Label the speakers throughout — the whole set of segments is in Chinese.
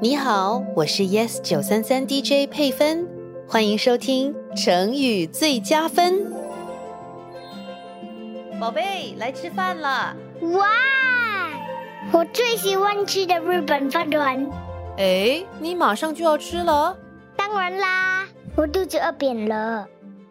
Speaker 1: 你好，我是 Yes 九三三 DJ 佩芬，欢迎收听成语最佳分。宝贝，来吃饭了。
Speaker 2: 哇！我最喜欢吃的日本饭团，
Speaker 1: 哎，你马上就要吃了，
Speaker 2: 当然啦，我肚子饿扁了。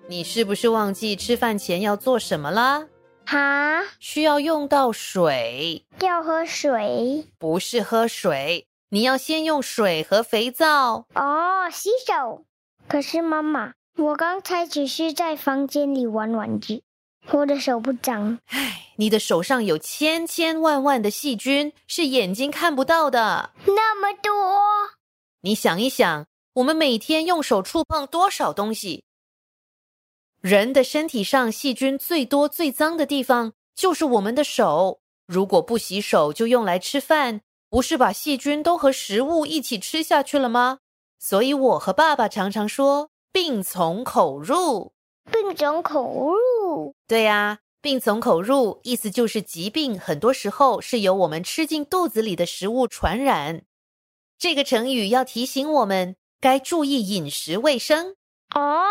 Speaker 1: 你是不是忘记吃饭前要做什么啦？
Speaker 2: 哈，
Speaker 1: 需要用到水，
Speaker 2: 要喝水
Speaker 1: 不是喝水，你要先用水和肥皂。
Speaker 2: 哦，洗手。可是妈妈，我刚才只是在房间里玩玩具，我的手不脏。
Speaker 1: 你的手上有千千万万的细菌，是眼睛看不到的。
Speaker 2: 那么多，
Speaker 1: 你想一想，我们每天用手触碰多少东西？人的身体上细菌最多、最脏的地方就是我们的手。如果不洗手就用来吃饭，不是把细菌都和食物一起吃下去了吗？所以我和爸爸常常说“病从口入
Speaker 2: 病从口入。”。
Speaker 1: 对呀、病从口入意思就是疾病很多时候是由我们吃进肚子里的食物传染。这个成语要提醒我们该注意饮食卫生。
Speaker 2: 哦，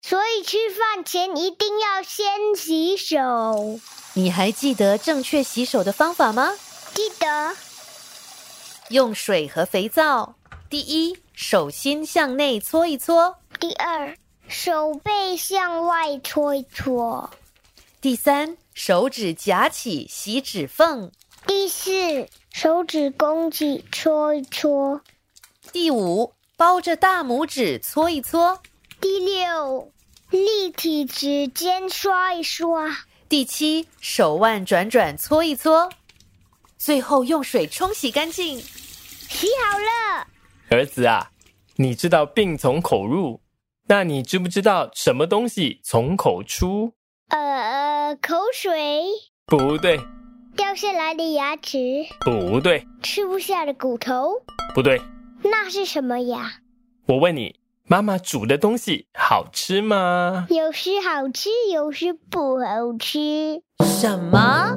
Speaker 2: 所以吃饭前一定要先洗手，
Speaker 1: 你还记得正确洗手的方法吗？
Speaker 2: 记得。
Speaker 1: 用水和肥皂。第一，手心向内搓一搓；
Speaker 2: 第二，手背向外搓一搓。
Speaker 1: 第三，手指夹起洗指缝；
Speaker 2: 第四，手指公鸡搓一搓。
Speaker 1: 第五，包着大拇指搓一搓；
Speaker 2: 第六，立体指尖刷一刷。
Speaker 1: 第七，手腕转转搓一搓；最后用水冲洗干净。
Speaker 2: 洗好了，
Speaker 3: 儿子啊，你知道病从口入，那你知不知道什么东西从口出？
Speaker 2: 呃，口水
Speaker 3: 不对，
Speaker 2: 掉下来的牙齿，
Speaker 3: 不对，
Speaker 2: 吃不下的骨头，
Speaker 3: 不对！
Speaker 2: 那是什么呀？
Speaker 3: 我问你，妈妈煮的东西好吃吗？
Speaker 2: 有时好吃，有时不好吃。
Speaker 1: 什么？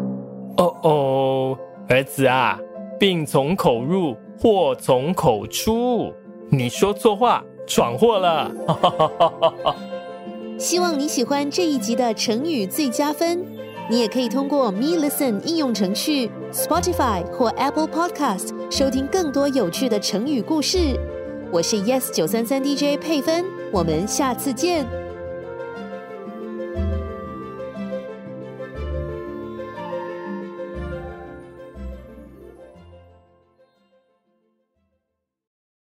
Speaker 3: 哦哦，儿子啊，病从口入，祸从口出。你说错话，闯祸了。
Speaker 1: 希望你喜欢这一集的成语最佳分。你也可以通过 Me Listen 应用程序、Spotify 或 Apple Podcast 收听更多有趣的成语故事。我是 Yes 九三三 DJ 佩芬，我们下次见。